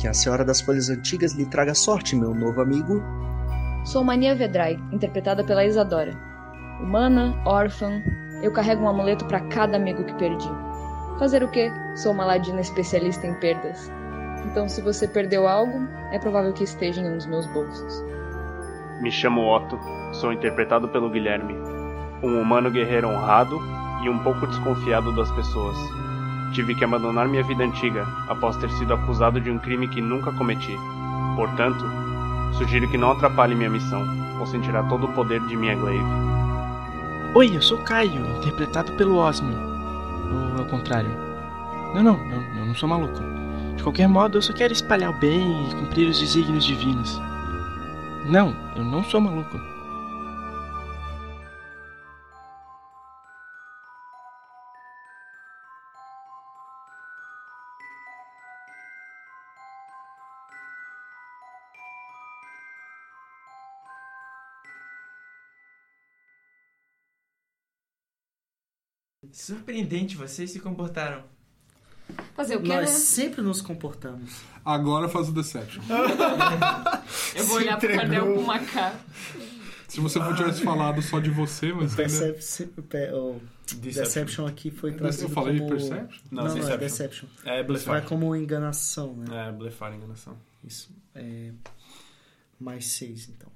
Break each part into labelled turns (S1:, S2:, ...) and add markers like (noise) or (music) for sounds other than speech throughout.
S1: Que a Senhora das Folhas Antigas lhe traga sorte, meu novo amigo.
S2: Sou Mania Vedrai, interpretada pela Isadora. Humana, órfã, eu carrego um amuleto para cada amigo que perdi. Fazer o quê? Sou uma ladina especialista em perdas. Então, se você perdeu algo, é provável que esteja em um dos meus bolsos.
S3: Me chamo Otto, sou interpretado pelo Guilherme, um humano guerreiro honrado e um pouco desconfiado das pessoas. Tive que abandonar minha vida antiga após ter sido acusado de um crime que nunca cometi. Portanto, sugiro que não atrapalhe minha missão, ou sentirá todo o poder de minha glaive.
S4: Oi, eu sou Caio, interpretado pelo Osmio. Ou ao contrário. Não, não, eu, eu não sou maluco. De qualquer modo, eu só quero espalhar o bem e cumprir os desígnios divinos. Não, eu não sou maluco.
S5: Surpreendente, vocês se comportaram.
S2: Fazer o quê,
S6: Nós
S2: né?
S6: sempre nos comportamos.
S7: Agora faz o Deception.
S8: (laughs) Eu vou
S6: Se
S8: olhar pro
S6: entregou.
S8: Cardel com uma cara.
S7: Se você tivesse falado só de você,
S6: Tá
S7: mas
S6: Perception, pe- oh, Deception aqui foi traduzido como... Não, não, é Deception.
S5: É
S6: Isso vai
S5: blefar.
S6: como enganação, né?
S5: É blefar enganação.
S6: Isso. É... Mais seis, então.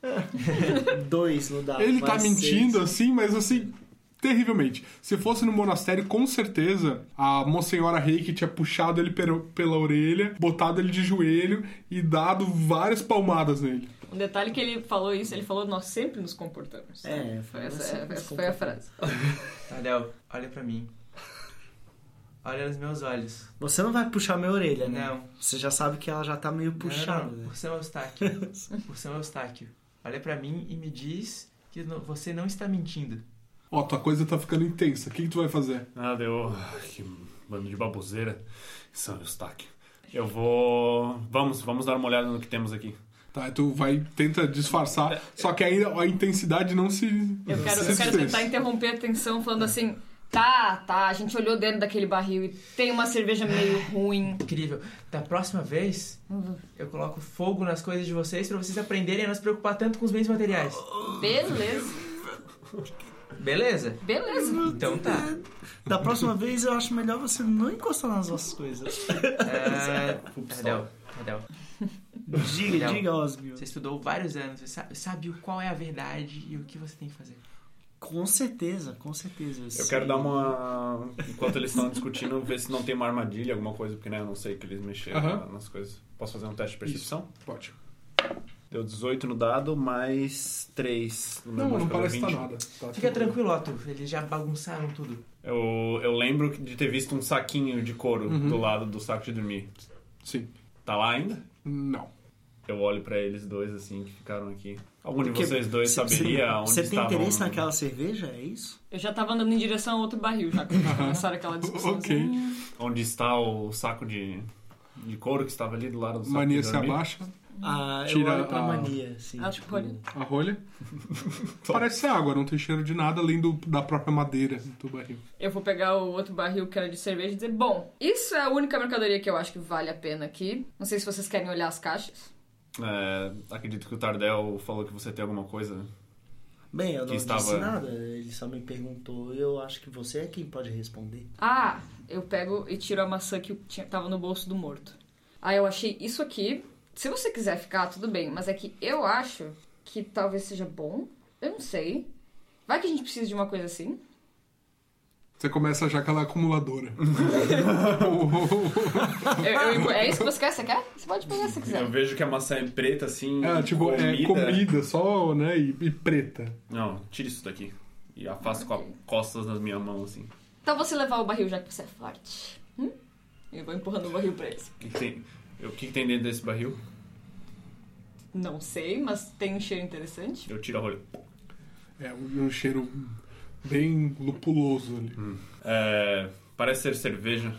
S6: (laughs) Dois não dá.
S9: Ele tá
S6: mais
S9: mentindo
S6: seis.
S9: assim, mas assim, terrivelmente. Se fosse no monastério, com certeza a Monsenhora Reiki tinha puxado ele pela, pela orelha, botado ele de joelho e dado várias palmadas nele.
S8: Um detalhe que ele falou isso, ele falou, nós sempre nos comportamos.
S6: É, foi
S8: Foi essa,
S6: assim,
S8: essa
S6: nos
S8: foi a
S6: comportamos.
S8: frase.
S5: Tadel, olha pra mim. Olha nos meus olhos.
S6: Você não vai puxar minha orelha, né?
S5: Não.
S6: Você já sabe que ela já tá meio puxada.
S5: Não, não,
S6: né?
S5: Por seu Eustáquio. Por seu Eustáquio. Olha pra mim e me diz que não- você não está mentindo.
S9: Ó, tua coisa tá ficando intensa. O que, que tu vai fazer?
S10: Ah, deu. Que bando de baboseira. São Eustáquio. Eu vou. Vamos, vamos dar uma olhada no que temos aqui.
S9: Tá, e tu vai, tenta disfarçar, só que ainda a intensidade não se.
S8: Eu quero, eu quero tentar interromper a atenção
S6: É.
S8: falando assim, tá, tá, a gente olhou dentro daquele barril e tem uma cerveja meio ruim.
S5: Incrível. Da próxima vez, eu coloco fogo nas coisas de vocês pra vocês aprenderem a não se preocupar tanto com os bens materiais.
S8: Beleza,
S5: Beleza?
S8: beleza.
S5: Então tá.
S6: Da próxima vez eu acho melhor você não encostar nas nossas
S5: (laughs)
S6: coisas.
S5: Ah, Tadel, Tadel.
S6: Diga,
S5: Não.
S6: diga, Osmio.
S5: Você estudou vários anos, você sabe, sabe o- qual é a verdade e o que você tem que fazer.
S6: Com certeza, com certeza.
S10: Eu quero dar uma. Enquanto eles estão discutindo, ver se não tem uma armadilha, alguma coisa, porque né, eu não sei que eles mexeram
S9: Aham.
S10: na- nas coisas. Posso fazer um teste de percepção?
S9: Pode.
S10: Deu 18 no dado, mais 3 no meu
S9: Não, não
S10: modificador,
S9: parece que tá
S10: 20.
S9: nada. Tá,
S5: Fica
S9: tudo-
S5: tranquilo, Otto. Eles já bagunçaram tudo.
S10: Eu, eu lembro de ter visto um saquinho de couro do lado do saco de dormir.
S9: Uhum. Sim.
S10: Tá lá ainda?
S9: Não.
S10: Eu olho pra eles dois assim que ficaram aqui. Algum
S6: Porque
S10: de vocês dois
S6: você-
S10: saberia
S6: você,
S10: onde
S6: Você tem
S10: estavam?
S6: interesse naquela cerveja? É isso?
S8: Eu já tava andando em direção a outro barril já quando começaram aquela discussão.
S9: Ok.
S10: Onde está o saco de, de couro que estava ali do lado do saco
S9: Mania
S10: de
S9: se
S10: dormir?
S9: abaixa,
S5: Hum.
S6: Ah,
S9: Tira
S6: eu olho pra
S9: a-
S6: mania, assim.
S8: Ah,
S6: tipo,
S8: olha.
S9: a rolha. parece ser água, não tem cheiro de nada além do, da própria madeira do barril.
S8: Eu vou pegar o outro barril que era de cerveja e dizer, bom, isso é a única mercadoria que eu acho que vale a pena aqui. Não sei se vocês querem olhar as caixas.
S10: É, acredito que o Tardel falou que você tem alguma coisa.
S6: Bem, eu não
S10: que estava-
S6: disse nada, ele só me perguntou. Eu acho que você é quem pode responder.
S8: Ah, eu pego e tiro a maçã que tinha, tava no bolso do morto. Ah, eu achei isso aqui. Se você quiser ficar, tudo bem, mas é que eu acho que talvez seja bom. Eu não sei. Vai que a gente precisa de uma coisa assim.
S9: Você começa já aquela acumuladora.
S8: Eu- eu- é isso que você quer? Você quer? Você pode pegar se você quiser.
S10: Eu vejo que a maçã é preta assim.
S9: É, tipo, é comida só, né? E, e preta.
S10: Não, tira isso daqui. E afasto com as costas nas minhas mãos assim.
S8: Então você levar o barril já que você é forte. Hum? Eu vou empurrando o barril pra eles.
S10: O que, que tem? O que, que tem dentro desse barril?
S8: Não sei, mas tem um cheiro interessante.
S10: Eu tiro a rolha.
S9: É um um cheiro bem lupuloso ali.
S10: É, parece ser cerveja.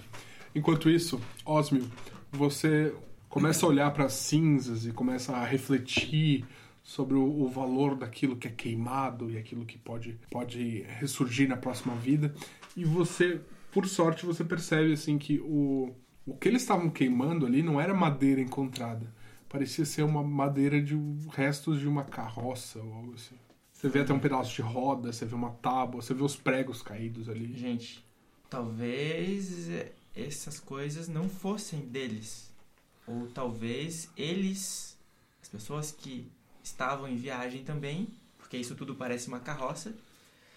S9: Enquanto isso, Osmio, você começa a olhar para as cinzas e começa a refletir sobre o, o valor daquilo que é queimado e aquilo que pode, pode ressurgir na próxima vida. E você, por sorte, você percebe assim que o, o que eles estavam queimando ali não era madeira encontrada. Parecia ser uma madeira de um- restos de uma carroça ou algo assim. Você vê até um pedaço de roda, você vê uma tábua, você vê os pregos caídos ali.
S5: Gente, talvez eh, essas coisas não fossem deles. Ou talvez eles, as pessoas que estavam em viagem também, porque isso tudo parece uma carroça,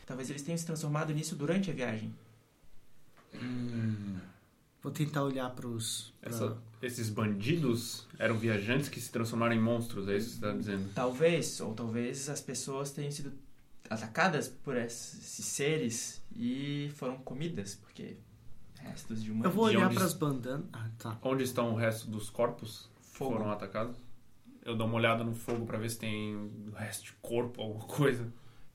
S5: talvez eles tenham se transformado nisso durante a viagem.
S6: Vou tentar olhar pros. pra-
S9: Ah.
S10: Essa- esses bandidos eram viajantes que se transformaram em monstros, é isso que você está dizendo?
S5: Talvez, ou talvez as pessoas tenham sido atacadas por esses seres e foram comidas, porque restos de humanos.
S6: Eu vou
S10: De
S6: olhar
S10: onde-
S6: pras bandanas. Ah, tá.
S10: Onde estão o resto dos corpos que
S5: Fogo.
S10: foram atacados? Eu dou uma olhada no fogo pra ver se tem resto de corpo, alguma coisa.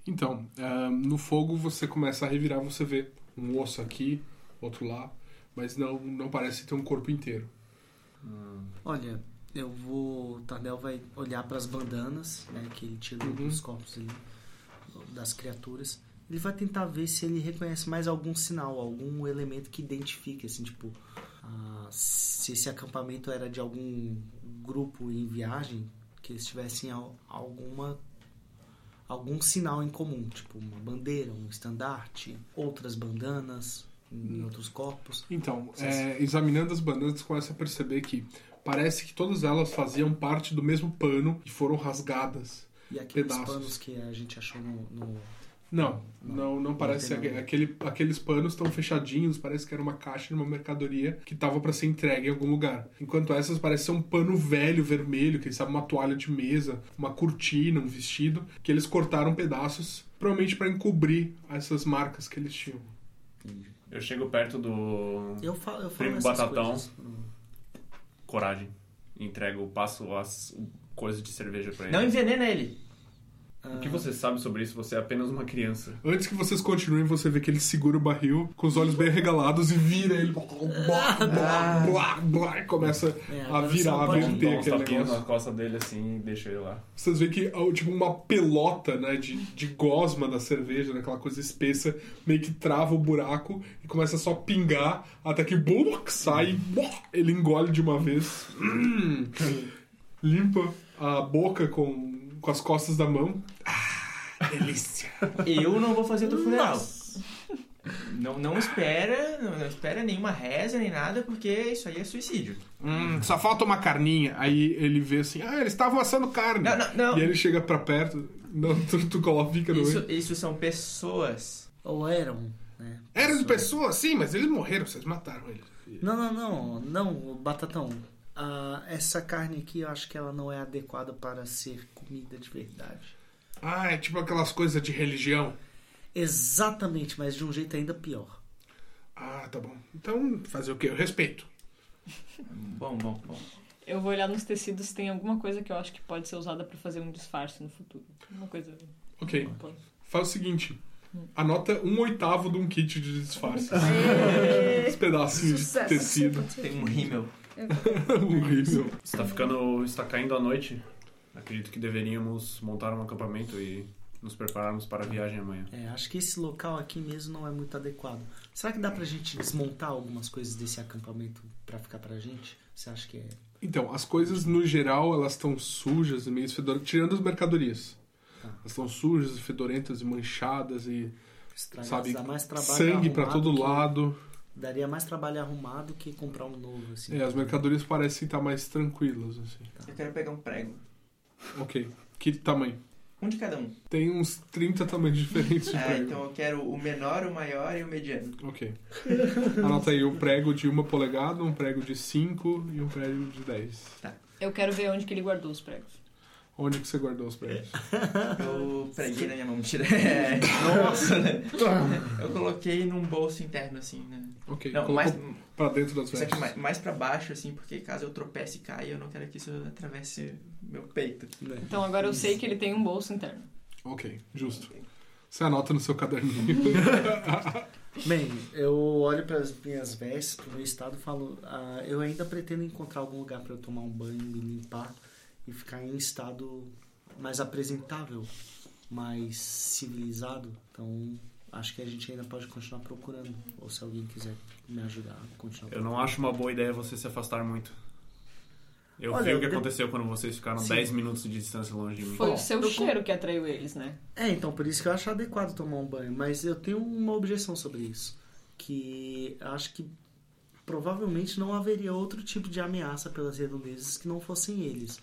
S9: Então, ah, no fogo você começa a revirar, você vê um osso aqui, outro lá, mas não, não parece ter um corpo inteiro.
S6: Olha, eu vou. O Tardel vai olhar pras bandanas, né? Que ele tirou dos corpos ali, das criaturas. Ele vai tentar ver se ele reconhece mais algum sinal, algum elemento que identifique, assim, tipo. ah, se esse acampamento era de algum grupo em viagem, que eles tivessem al- alguma. algum sinal em comum, tipo uma bandeira, um estandarte, outras bandanas em outros corpos.
S9: Então, é, examinando as bananas, você começa a perceber que parece que todas elas faziam parte do mesmo pano e foram rasgadas.
S6: E aqueles
S9: Pedaços.
S6: panos que a gente achou no- no
S9: Não, não, não parece.
S6: tem nada.
S9: Aquele, aqueles panos estão fechadinhos, parece que era uma caixa de uma mercadoria que tava para ser entregue em algum lugar. Enquanto essas parecem ser um pano velho, vermelho, quem sabe uma toalha de mesa, uma cortina, um vestido, que eles cortaram pedaços, provavelmente para encobrir essas marcas que eles tinham.
S10: Eu chego perto do
S6: Eu falo, eu falo
S10: primo
S6: essas
S10: Batatão.
S6: coisas.
S10: Coragem. Entrego, passo as coisas de cerveja pra ele.
S5: Não envenena ele!
S6: Ah.
S10: O que você sabe sobre isso? Você é apenas uma criança.
S9: Antes que vocês continuem, você vê que ele segura o barril com os olhos bem regalados e vira ele. Blá, blá, blá, blá, blá, e começa
S6: É,
S9: a
S6: agora você
S9: virar,
S6: não
S9: a
S6: pode-
S10: Dá
S9: verter
S10: uns
S9: aquele
S10: tapinhas
S9: negócio.
S10: tá na costa dele assim e deixa ele lá.
S9: Vocês veem que ó, tipo uma pelota né, de, de gosma da cerveja, né, aquela coisa espessa, meio que trava o buraco e começa só a pingar até que bum, sai e bum, ele engole de uma vez. Hum. Limpa a boca com, com as costas da mão. Ah, delícia!
S5: Eu não vou fazer teu funeral. Não, não espera, não, não espera nenhuma reza nem nada, porque isso aí é suicídio.
S9: (laughs) Hum, só falta uma carninha. Aí ele vê assim, ah, eles estavam assando carne.
S5: Não, não, não.
S9: E ele chega pra perto, não, tu, tu coloca, fica no
S5: Isso, isso são pessoas.
S6: Ou eram, né?
S9: Eram de pessoas, sim, mas eles morreram, vocês mataram eles.
S6: Não, não, não, não, Batatão. Ah, essa carne aqui, eu acho que ela não é adequada para ser comida de verdade.
S9: Ah, é tipo aquelas coisas de religião.
S6: Exatamente, mas de um jeito ainda pior.
S9: Ah, tá bom. Então, fazer o quê? Eu respeito.
S5: Bom, bom, bom.
S11: Eu vou olhar nos tecidos se tem alguma coisa que eu acho que pode ser usada pra fazer um disfarce no futuro. Uma coisa.
S9: Ok. Faz o seguinte. Anota um oitavo de um kit de disfarces. (laughs) Os pedacinhos de
S8: Sucesso.
S9: tecido.
S5: Tem um rímel.
S9: Horrível.
S10: Está tá ficando. está caindo a noite. Acredito que deveríamos montar um acampamento e nos prepararmos para a viagem amanhã.
S6: É, acho que esse local aqui mesmo não é muito adequado. Será que dá pra gente desmontar algumas coisas desse acampamento pra ficar pra gente? Você acha que é.
S9: Então, as coisas no geral, elas estão sujas e meio fedorentas. Tirando as mercadorias.
S6: Tá.
S9: Elas estão sujas, fedorentas e manchadas e,
S6: Estragar,
S9: sabe,
S6: dá mais trabalho
S9: sangue pra
S6: arrumado
S9: todo
S6: que-
S9: lado.
S6: Daria mais trabalho arrumado que comprar um novo, assim.
S9: É, as mercadorias parecem estar mais tranquilas, assim.
S5: Eu quero pegar um prego.
S9: Ok. Que tamanho?
S5: Um de cada um.
S9: Tem uns 30 tamanhos (laughs) diferentes de
S6: É,
S5: Ah,
S9: prego.
S5: então eu quero o menor, o maior e o mediano.
S9: Ok. Anota aí um prego de uma polegada, um prego de 5 e um prego de 10.
S11: Eu quero ver onde que ele guardou os pregos.
S9: Onde que você guardou os prédios?
S5: É.
S9: Ah.
S5: Eu preguei na minha
S9: (laughs)
S5: mão, mentira. É, nossa, né? Eu coloquei num bolso interno, assim, né?
S9: Ok,
S5: Não,
S9: Ah. colocou
S5: mais,
S9: pra dentro das
S5: isso aqui
S9: vestes.
S5: mais, mais pra baixo, assim, porque caso eu tropece e caia, eu não quero que isso atravesse meu peito.
S11: Então agora eu sei que ele tem um bolso interno.
S9: Ok, justo. Você anota no seu caderninho.
S6: Bem, eu olho para as minhas vestes, para o meu estado e falo: ah, eu ainda pretendo encontrar algum lugar para eu tomar um banho, me limpar e ficar em um estado mais apresentável, mais civilizado. Então, acho que a gente ainda pode continuar procurando. Ou se alguém quiser me ajudar, continuar
S10: Eu não acho uma boa ideia você se afastar muito. Eu
S6: Olha,
S10: vi o que
S6: eu-
S10: aconteceu quando vocês ficaram
S6: Sim.
S10: 10 minutos de distância longe de mim.
S11: Foi
S6: Bom,
S11: o seu
S6: eu com-
S11: cheiro que atraiu eles, né?
S6: É, então, por isso que eu acho adequado tomar um banho, mas eu tenho uma objeção sobre isso. Que acho que provavelmente não haveria outro tipo de ameaça pelas redondezas que não fossem eles.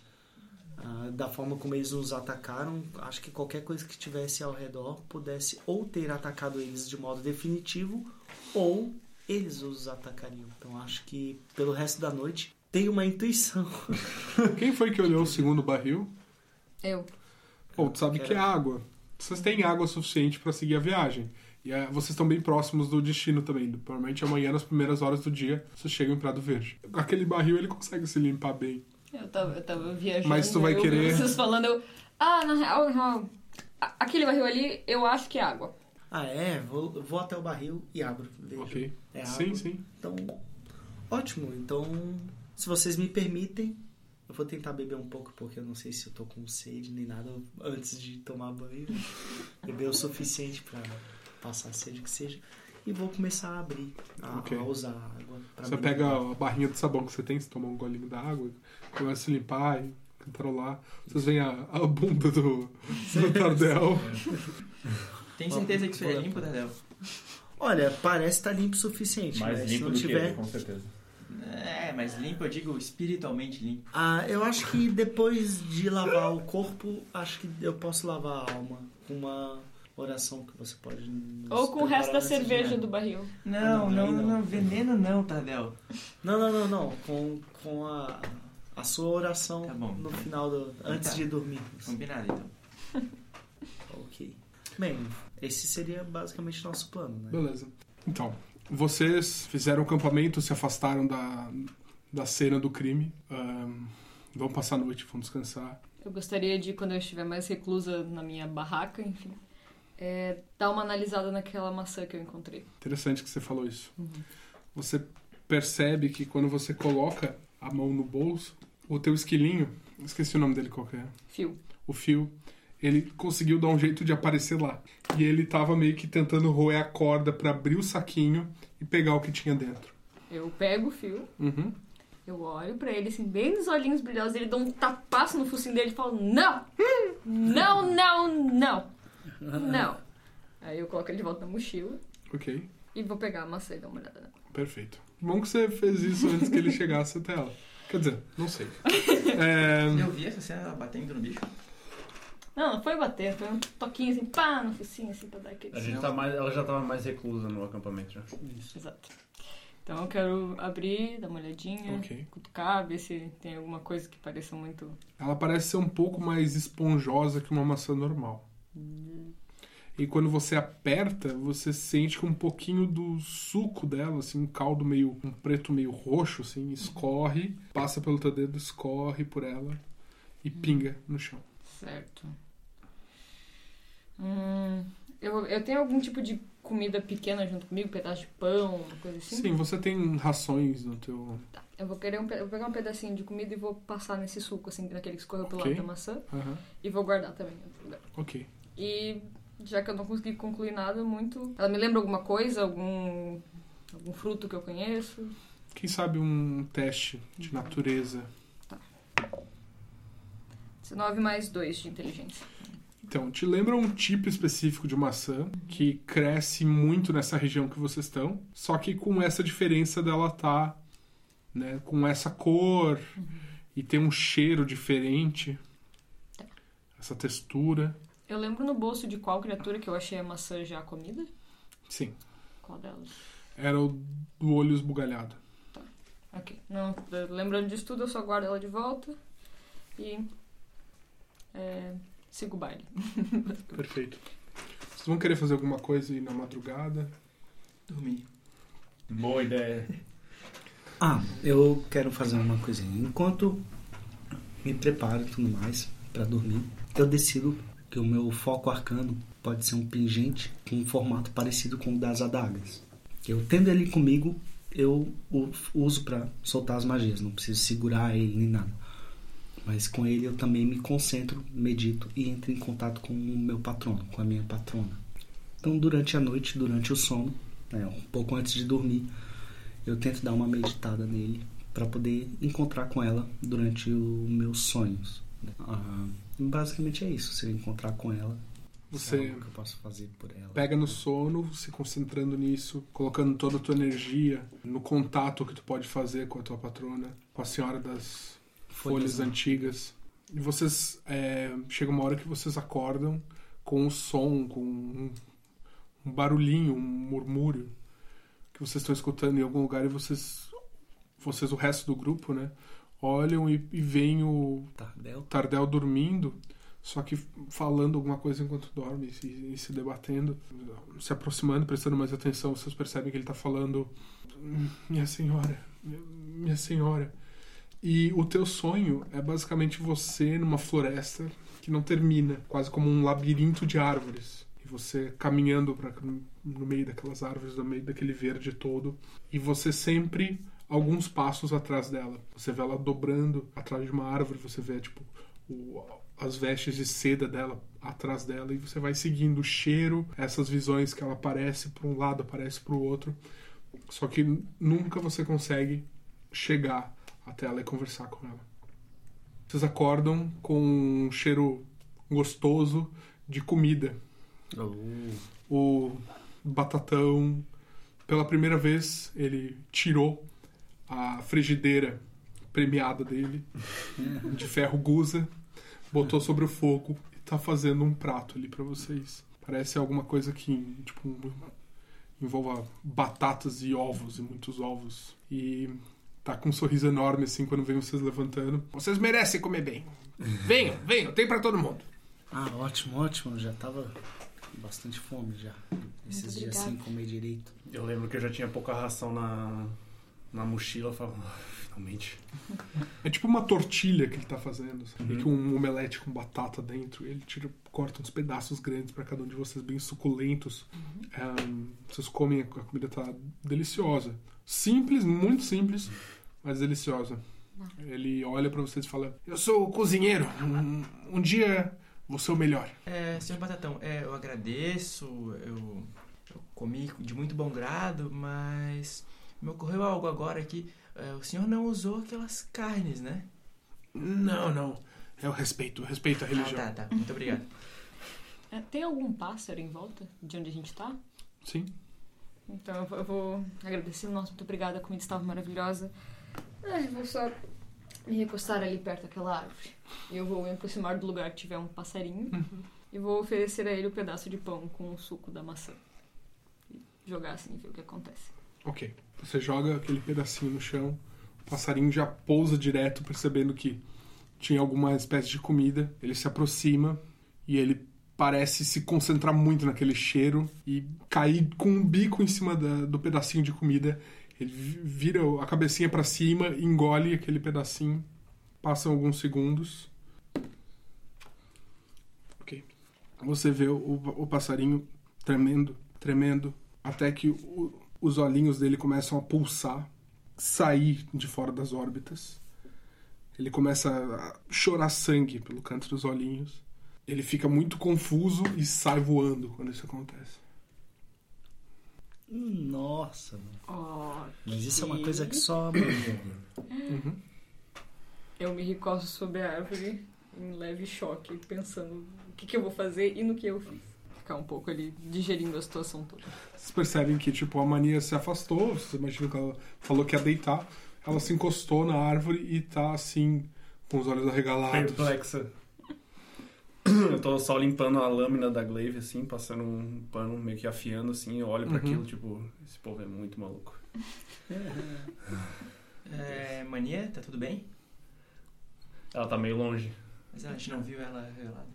S6: Ah, da forma como eles nos atacaram, acho que qualquer coisa que tivesse ao redor pudesse ou ter atacado eles de modo definitivo ou eles os atacariam. Então acho que pelo resto da noite tem uma intuição. (laughs)
S9: Quem foi que olhou o segundo barril?
S8: Eu.
S9: Bom, tu sabe que é água. Vocês têm água suficiente para seguir a viagem. E eh, vocês estão bem próximos do destino também. Provavelmente amanhã, nas primeiras horas do dia, vocês chegam em Prado Verde. Com Aquele barril ele consegue se limpar bem.
S11: Eu tava, eu tava viajando.
S9: Mas tu vai
S11: eu,
S9: querer-
S11: Vocês falando, eu.
S8: Ah, na real, na real. a- Aquele barril ali, eu acho que é água.
S6: Ah, é? Vou, vou até o barril e abro. Vejo.
S9: Ok.
S6: É água.
S9: sim, sim.
S6: Então, ótimo. Então, se vocês me permitem, eu vou tentar beber um pouco, porque eu não sei se eu tô com sede nem nada antes de tomar banho. Beber o suficiente pra passar a sede que seja. E vou começar a abrir, a,
S9: Ok.
S6: a usar a água. pra
S9: Você
S6: me
S9: pega
S6: limpar.
S9: a barrinha de sabão que você tem, você toma um golinho da água, começa a se limpar e cantarolar. Vocês veem a, a bunda do, do Tardel.
S5: Tem certeza que isso é limpo, Tadeu?
S6: Olha, parece estar limpo o suficiente,
S12: Mais
S6: mas se
S12: limpo
S6: não
S12: do que né?
S6: tiver.
S12: ele, com certeza.
S5: É, mas limpo, eu digo espiritualmente limpo.
S6: Ah, eu acho que depois de lavar o corpo, acho que eu posso lavar a alma com uma oração que você pode. nos
S11: Ou com o resto da
S6: preparar nessa
S11: cerveja
S6: viagem.
S11: do barril.
S5: Não,
S6: Não,
S5: não,
S6: não,
S5: não, veneno não, Tadeu.
S6: Não, não, não, não. Com, com a, a sua oração
S5: Tá bom.
S6: no final do. Antes
S5: Tá.
S6: de dormir.
S5: Combinado, então.
S6: Ok. Bem, esse seria basicamente nosso plano, né?
S9: Beleza. Então, vocês fizeram o acampamento, se afastaram da, da cena do crime. Ahn, vão passar a noite, vão descansar.
S11: Eu gostaria de, quando eu estiver mais reclusa na minha barraca, enfim,
S8: É, dá uma analisada naquela maçã que eu encontrei.
S9: Interessante que você falou isso. Você percebe que quando você coloca a mão no bolso, o teu esquilinho, esqueci o nome dele qual que é,
S11: fio.
S9: o fio, ele conseguiu dar um jeito de aparecer lá. E ele tava meio que tentando roer a corda pra abrir o saquinho e pegar o que tinha dentro.
S11: Eu pego o fio,
S9: Uhum.
S11: eu olho pra ele, assim, bem nos olhinhos brilhosos, ele dá um tapaço no focinho dele e fala: Não! Não, não, não! Não! Aí eu coloco ele de volta na mochila
S9: Ok,
S11: e vou pegar a maçã e dar uma olhada nela.
S9: perfeito. Bom que você fez isso antes que ele chegasse até ela. Quer dizer, não sei. É,
S5: Eu vi essa cena batendo no bicho.
S11: Não, não foi bater, foi um toquinho assim, pá, no focinho, assim, pra dar
S9: É
S11: aquele.
S12: A gente tá mais, ela já tava mais reclusa no acampamento né? já.
S11: Exato. Então eu quero abrir, dar uma olhadinha,
S9: Ok.
S11: cutucar, ver se tem alguma coisa que pareça muito.
S9: Ela parece ser um pouco mais esponjosa que uma maçã normal. E quando você aperta, você sente que um pouquinho do suco dela, assim, um caldo meio um preto meio roxo, assim, escorre, passa pelo teu dedo, escorre por ela e pinga no chão.
S11: Certo. Hum, eu, eu tenho algum tipo de comida pequena junto comigo, pedaço de pão, uma coisa assim?
S9: Sim, você tem rações no teu.
S11: Eu vou querer um, pe- eu vou pegar um pedacinho de comida e vou passar nesse suco, assim, daquele que escorreu pelo
S9: Ok.
S11: lado da maçã,
S9: Aham,
S11: e vou guardar também em outro lugar.
S9: Ok.
S11: E já que eu não consegui concluir nada muito, ela me lembra alguma coisa, algum algum fruto que eu conheço?
S9: Quem sabe um teste de natureza.
S11: 19 mais 2 de inteligência.
S9: Então, te lembra um tipo específico de maçã que cresce muito nessa região que vocês estão, só que com essa diferença dela tá, né, com essa cor e tem um cheiro diferente, essa textura.
S11: Eu lembro no bolso de qual criatura que eu achei a maçã já comida?
S9: Sim,
S11: Qual delas?
S9: era o do olho esbugalhado.
S11: Ok. Não, lembrando disso tudo, eu só guardo ela de volta. E. É, sigo o baile.
S9: Perfeito. Vocês vão querer fazer alguma coisa aí na madrugada?
S5: Dormir.
S12: Boa ideia.
S6: Ah, eu quero fazer uma coisinha. Enquanto me preparo e tudo mais pra dormir, eu decido que o meu foco arcano pode ser um pingente com um formato parecido com o das adagas. Eu tendo ele comigo, eu o uso pra soltar as magias, não preciso segurar ele nem nada. Mas com ele eu também me concentro, medito e entro em contato com o meu patrono, com a minha patrona. Então, durante a noite, durante o sono, né, um pouco antes de dormir, eu tento dar uma meditada nele para poder encontrar com ela durante os meus sonhos. Ah, basicamente é isso. Se eu encontrar com ela,
S9: Você-
S6: sei lá o que eu posso fazer por ela.
S9: Pega no sono, se concentrando nisso, colocando toda a tua energia no contato que tu pode fazer com a tua patrona, com a senhora das
S6: Folhas,
S9: folhas,
S6: né?
S9: antigas. E vocês. é, chega uma hora que vocês acordam com um som, com um, um barulhinho, um murmúrio que vocês estão escutando em algum lugar e vocês. Vocês, o resto do grupo, né? Olham e, e veem o
S6: Tardel.
S9: Tardel dormindo, só que falando alguma coisa enquanto dorme e se, e se debatendo, se aproximando, prestando mais atenção, vocês percebem que ele tá falando Minha senhora, minha, minha senhora. E o teu sonho é basicamente você numa floresta que não termina, quase como um labirinto de árvores. E você caminhando pra, no meio daquelas árvores, no meio daquele verde todo. E você sempre alguns passos atrás dela. Você vê ela dobrando atrás de uma árvore, você vê, tipo, o- as vestes de seda dela atrás dela. E você vai seguindo o cheiro, essas visões que ela aparece pra um lado, aparece pro outro. Só que nunca você consegue chegar até ela e conversar com ela. Vocês acordam com um cheiro gostoso de comida. O batatão, pela primeira vez, ele tirou a frigideira premiada dele, de ferro guza, botou sobre o fogo e tá fazendo um prato ali pra vocês. Parece alguma coisa que tipo, um- envolva batatas e ovos, e muitos ovos. E tá com um sorriso enorme assim quando vem vocês levantando. Vocês merecem comer bem. Venham, venham, tem pra todo mundo.
S6: Ah, ótimo, ótimo. Eu já tava com bastante fome já. Esses dias
S11: obrigada.
S6: sem comer direito.
S12: Eu lembro que eu já tinha pouca ração na, na mochila. Eu falava, "Ah, finalmente.
S9: É tipo uma tortilha que ele tá fazendo, sabe?
S5: Uhum.
S9: Com um omelete com batata dentro. Ele tira, corta uns pedaços grandes pra cada um de vocês, bem suculentos.
S5: Uhum.
S9: Ahn, vocês comem, a comida tá deliciosa. Simples, muito simples, mas deliciosa. Ele olha pra vocês e fala: Eu sou o cozinheiro. Um, um dia vou ser o melhor.
S5: É, senhor Batatão, é, eu agradeço, eu, eu comi de muito bom grado, mas me ocorreu algo agora que é, o senhor não usou aquelas carnes, né?
S9: Não, não. Eu respeito, eu respeito a religião.
S5: Ah, tá, tá. Muito obrigado.
S11: É, tem algum pássaro em volta de onde a gente tá?
S9: Sim.
S11: Então eu vou- eu vou agradecer. Nossa, muito obrigada, a comida estava maravilhosa.
S8: Ai, vou só
S11: Me recostar ali perto daquela árvore. E eu vou me aproximar do lugar que tiver um passarinho. E vou oferecer a ele um pedaço de pão com o suco da maçã. E jogar assim e ver o que acontece.
S9: Ok. Você joga aquele pedacinho no chão, o passarinho já pousa direto, percebendo que tinha alguma espécie de comida. Ele se aproxima e ele parece se concentrar muito naquele cheiro e cair com o bico em cima da- do pedacinho de comida. Ele vi- vira a cabecinha para cima, engole aquele pedacinho. Passam alguns segundos. Ok. Você vê o, o passarinho tremendo, tremendo, até que o- os olhinhos dele começam a pulsar, sair de fora das órbitas. Ele começa a chorar sangue pelo canto dos olhinhos. Ele fica muito confuso e sai voando quando isso acontece.
S6: Nossa, mano.
S11: Ó,
S6: Mas isso é uma coisa que só a Maria viu.
S11: Eu me recosto sobre a árvore em leve choque, pensando o que, que eu vou fazer e no que eu fiz. Ficar um pouco ali digerindo a situação toda.
S9: Vocês percebem que tipo a mania se afastou, vocês imaginam que ela falou que ia deitar. Ela se encostou na árvore e tá assim, com os olhos arregalados.
S12: Perplexa. (clears throat) Eu tô só limpando a lâmina da glaive, assim, passando um pano, meio que afiando, assim, eu olho pra
S9: Uhum.
S12: aquilo, tipo, esse povo é muito maluco.
S5: É, mania, tá tudo bem?
S12: Ela tá meio longe.
S5: Mas a gente não viu ela revelada.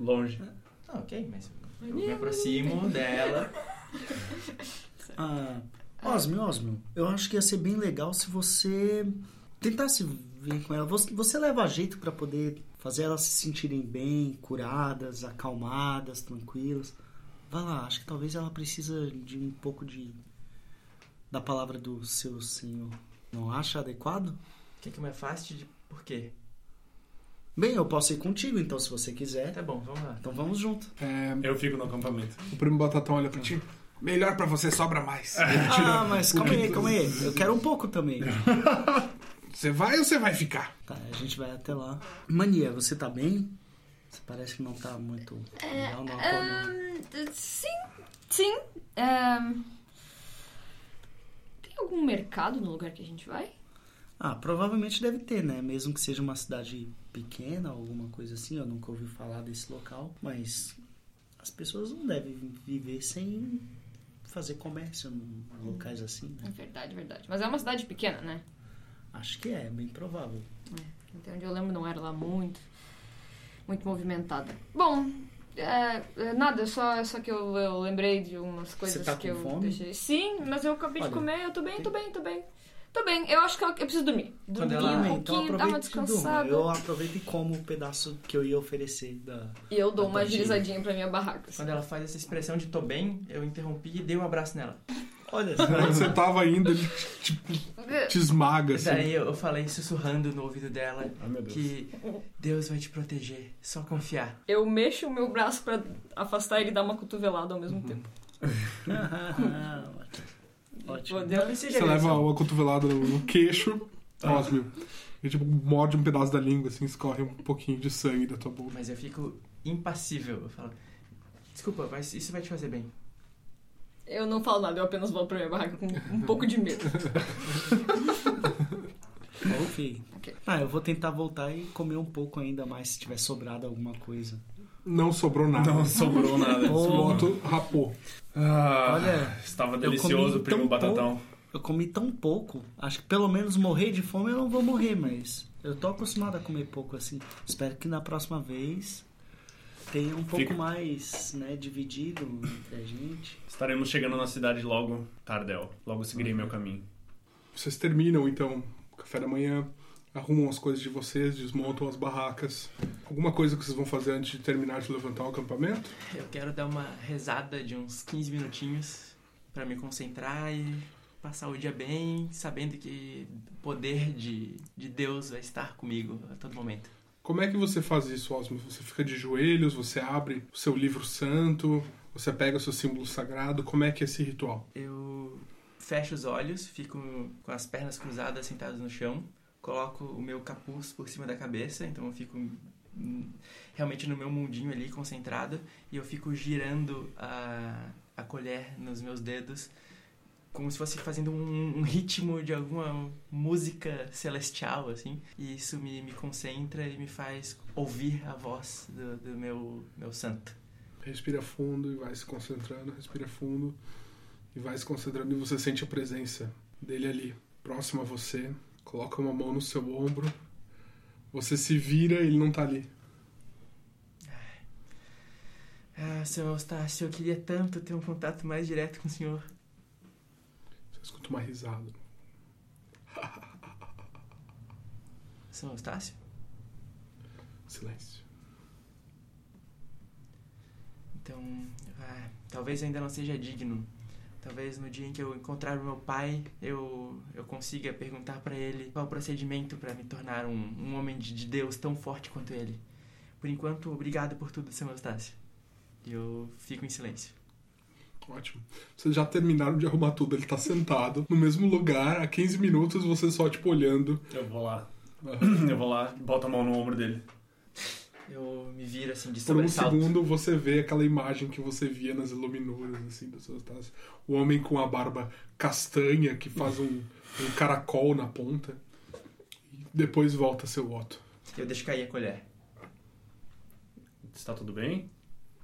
S12: Longe.
S5: Ah, ok, mas eu me aproximo dela.
S6: Ah, Osmio, Osmio, eu acho que ia ser bem legal se você tentasse vir com ela. Você, você leva jeito pra poder fazer elas se sentirem bem, curadas, acalmadas, tranquilas. Vai lá, acho que talvez ela precisa de um pouco de da palavra do seu senhor. Não acha adequado?
S5: O que, que me afaste de por quê?
S6: Bem, eu posso ir contigo, então, se você quiser.
S5: Tá bom, vamos lá.
S6: Então vamos junto.
S12: Eu fico no acampamento.
S9: O primo Batatão olha pra ti. Melhor pra você, sobra mais.
S6: Ah, mas calma aí, calma aí. Eu quero um pouco também.
S9: Você vai ou você vai ficar?
S6: Tá, a gente vai até lá. Mania, você tá bem? Você parece que não tá muito legal, não acordou.
S11: É, Ahn, sim, sim. Ahn, tem algum mercado no lugar que a gente vai?
S6: Ah, provavelmente deve ter, né? Mesmo que seja uma cidade pequena, alguma coisa assim, eu nunca ouvi falar desse local, mas as pessoas não devem viver sem fazer comércio em locais assim, né?
S11: Verdade, verdade. Mas é uma cidade pequena, né?
S6: Acho que é, bem provável.
S11: Até onde eu lembro não era lá muito, muito movimentada. Bom, é, é, nada, só, só que eu, eu lembrei de umas coisas
S6: tá
S11: que
S6: com
S11: eu
S6: fome?
S11: deixei. Sim, mas eu acabei
S6: Olha,
S11: de comer, eu tô bem, tô bem, tô bem. Tô bem, eu acho que eu, eu preciso dormir.
S5: Quando
S11: Dormir
S5: ela-
S11: um
S6: então
S11: pouquinho, dar uma
S6: aproveita que durma.
S11: descansada.
S6: Eu aproveito e como o pedaço que eu ia oferecer
S11: (laughs)
S6: da...
S11: E eu dou uma
S6: Tadinha.
S11: agilizadinha pra minha barraca. assim.
S5: Quando ela faz essa expressão de tô bem, eu interrompi e dei um abraço nela.
S6: Olha
S9: Quando você tava indo, ele tipo, te esmaga, assim.
S5: Daí eu eu falei sussurrando no ouvido dela
S12: Ai, meu Deus.
S5: que Deus vai te proteger, só confiar.
S11: Eu mexo o meu braço pra afastar ele e dar uma cotovelada ao mesmo tempo.
S6: Ah, Ótimo.
S11: Vou dar-
S9: Você leva é uma cotovelada no- no queixo,
S5: Tá.
S9: Osmio. E tipo, morde um pedaço da língua, assim, escorre um pouquinho de sangue da tua boca.
S5: Mas eu fico impassível. Eu falo, desculpa, mas isso vai te fazer bem.
S11: Eu não falo nada, eu apenas volto pra minha barraca com um pouco de medo.
S6: Ok.
S11: Ok.
S6: Ah, eu vou tentar voltar e comer um pouco ainda mais se tiver sobrado alguma coisa.
S9: Não sobrou nada.
S12: Não sobrou nada.
S9: O
S6: Oh.
S9: outro rapou.
S12: Ah,
S6: Olha,
S12: estava
S6: comi
S12: delicioso, primo
S6: tão
S12: batatão.
S6: Eu comi tão pouco, acho que pelo menos morrer de fome eu não vou morrer, mas eu tô acostumado a comer pouco assim. Espero que na próxima vez tenha um pouco
S12: Fica.
S6: mais, né, dividido entre a gente.
S12: Estaremos chegando na cidade logo, Tardel. Logo seguirei meu caminho.
S9: Vocês terminam, então, o café da manhã, arrumam as coisas de vocês, desmontam as barracas. Alguma coisa que vocês vão fazer antes de terminar de levantar o acampamento?
S5: Eu quero dar uma rezada de uns 15 minutinhos pra me concentrar e passar o dia bem, sabendo que o poder de, de Deus vai estar comigo a todo momento.
S9: Como é que você faz isso, Osmo? Você fica de joelhos, você abre o seu livro santo, você pega o seu símbolo sagrado, como é que é esse ritual?
S5: Eu fecho os olhos, fico com as pernas cruzadas, sentado no chão, coloco o meu capuz por cima da cabeça, então eu fico hum, realmente no meu mundinho ali, concentrado, e eu fico girando a, a colher nos meus dedos, como se fosse fazendo um, um ritmo de alguma música celestial, assim, e isso me, me concentra e me faz ouvir a voz do, do meu, meu santo.
S9: Respira fundo e vai se concentrando, respira fundo e vai se concentrando e você sente a presença dele ali, próximo a você. Coloca uma mão no seu ombro. Você se vira, ele não tá ali.
S5: Ah, seu Eustácio, eu queria tanto ter um contato mais direto com o senhor.
S9: Você escuta uma risada.
S5: São Eustácio?
S9: um Silêncio.
S5: Então, ah, talvez eu ainda não seja digno. Talvez no dia em que eu encontrar o meu pai, eu, eu consiga perguntar pra ele qual o procedimento pra me tornar um, um homem de, de Deus tão forte quanto ele. Por enquanto, obrigado por tudo, São Eustácio. E eu fico em silêncio.
S9: Ótimo. Vocês já terminaram de arrumar tudo, ele tá sentado no mesmo lugar, há 15 minutos você só tipo olhando.
S12: Eu vou lá. (clears throat) Eu vou lá, boto a mão no ombro dele.
S5: Eu me viro assim de
S9: Por um
S5: sobressalto.
S9: segundo você vê aquela imagem que você via nas iluminuras, assim, das suas taças. O homem com a barba castanha que faz um, um caracol na ponta. E depois volta seu Otto.
S5: Eu deixo cair a colher.
S12: Está tudo bem?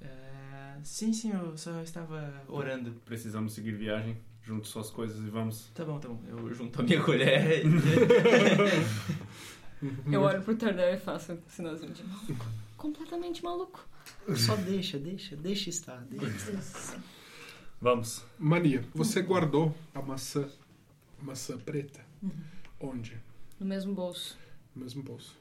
S5: Ah, sim, sim, eu só estava orando.
S12: Precisamos seguir viagem. Junte suas coisas e vamos.
S5: (laughs) Tá bom, tá bom. Eu junto a minha colher.
S8: Eu olho pro Tardel e faço um sinalzinho de maluco. Completamente maluco.
S6: Só deixa, deixa, deixa estar. Deixa.
S10: Vamos.
S9: Mania, você guardou a maçã, maçã preta, onde?
S8: No mesmo bolso.
S9: No mesmo bolso.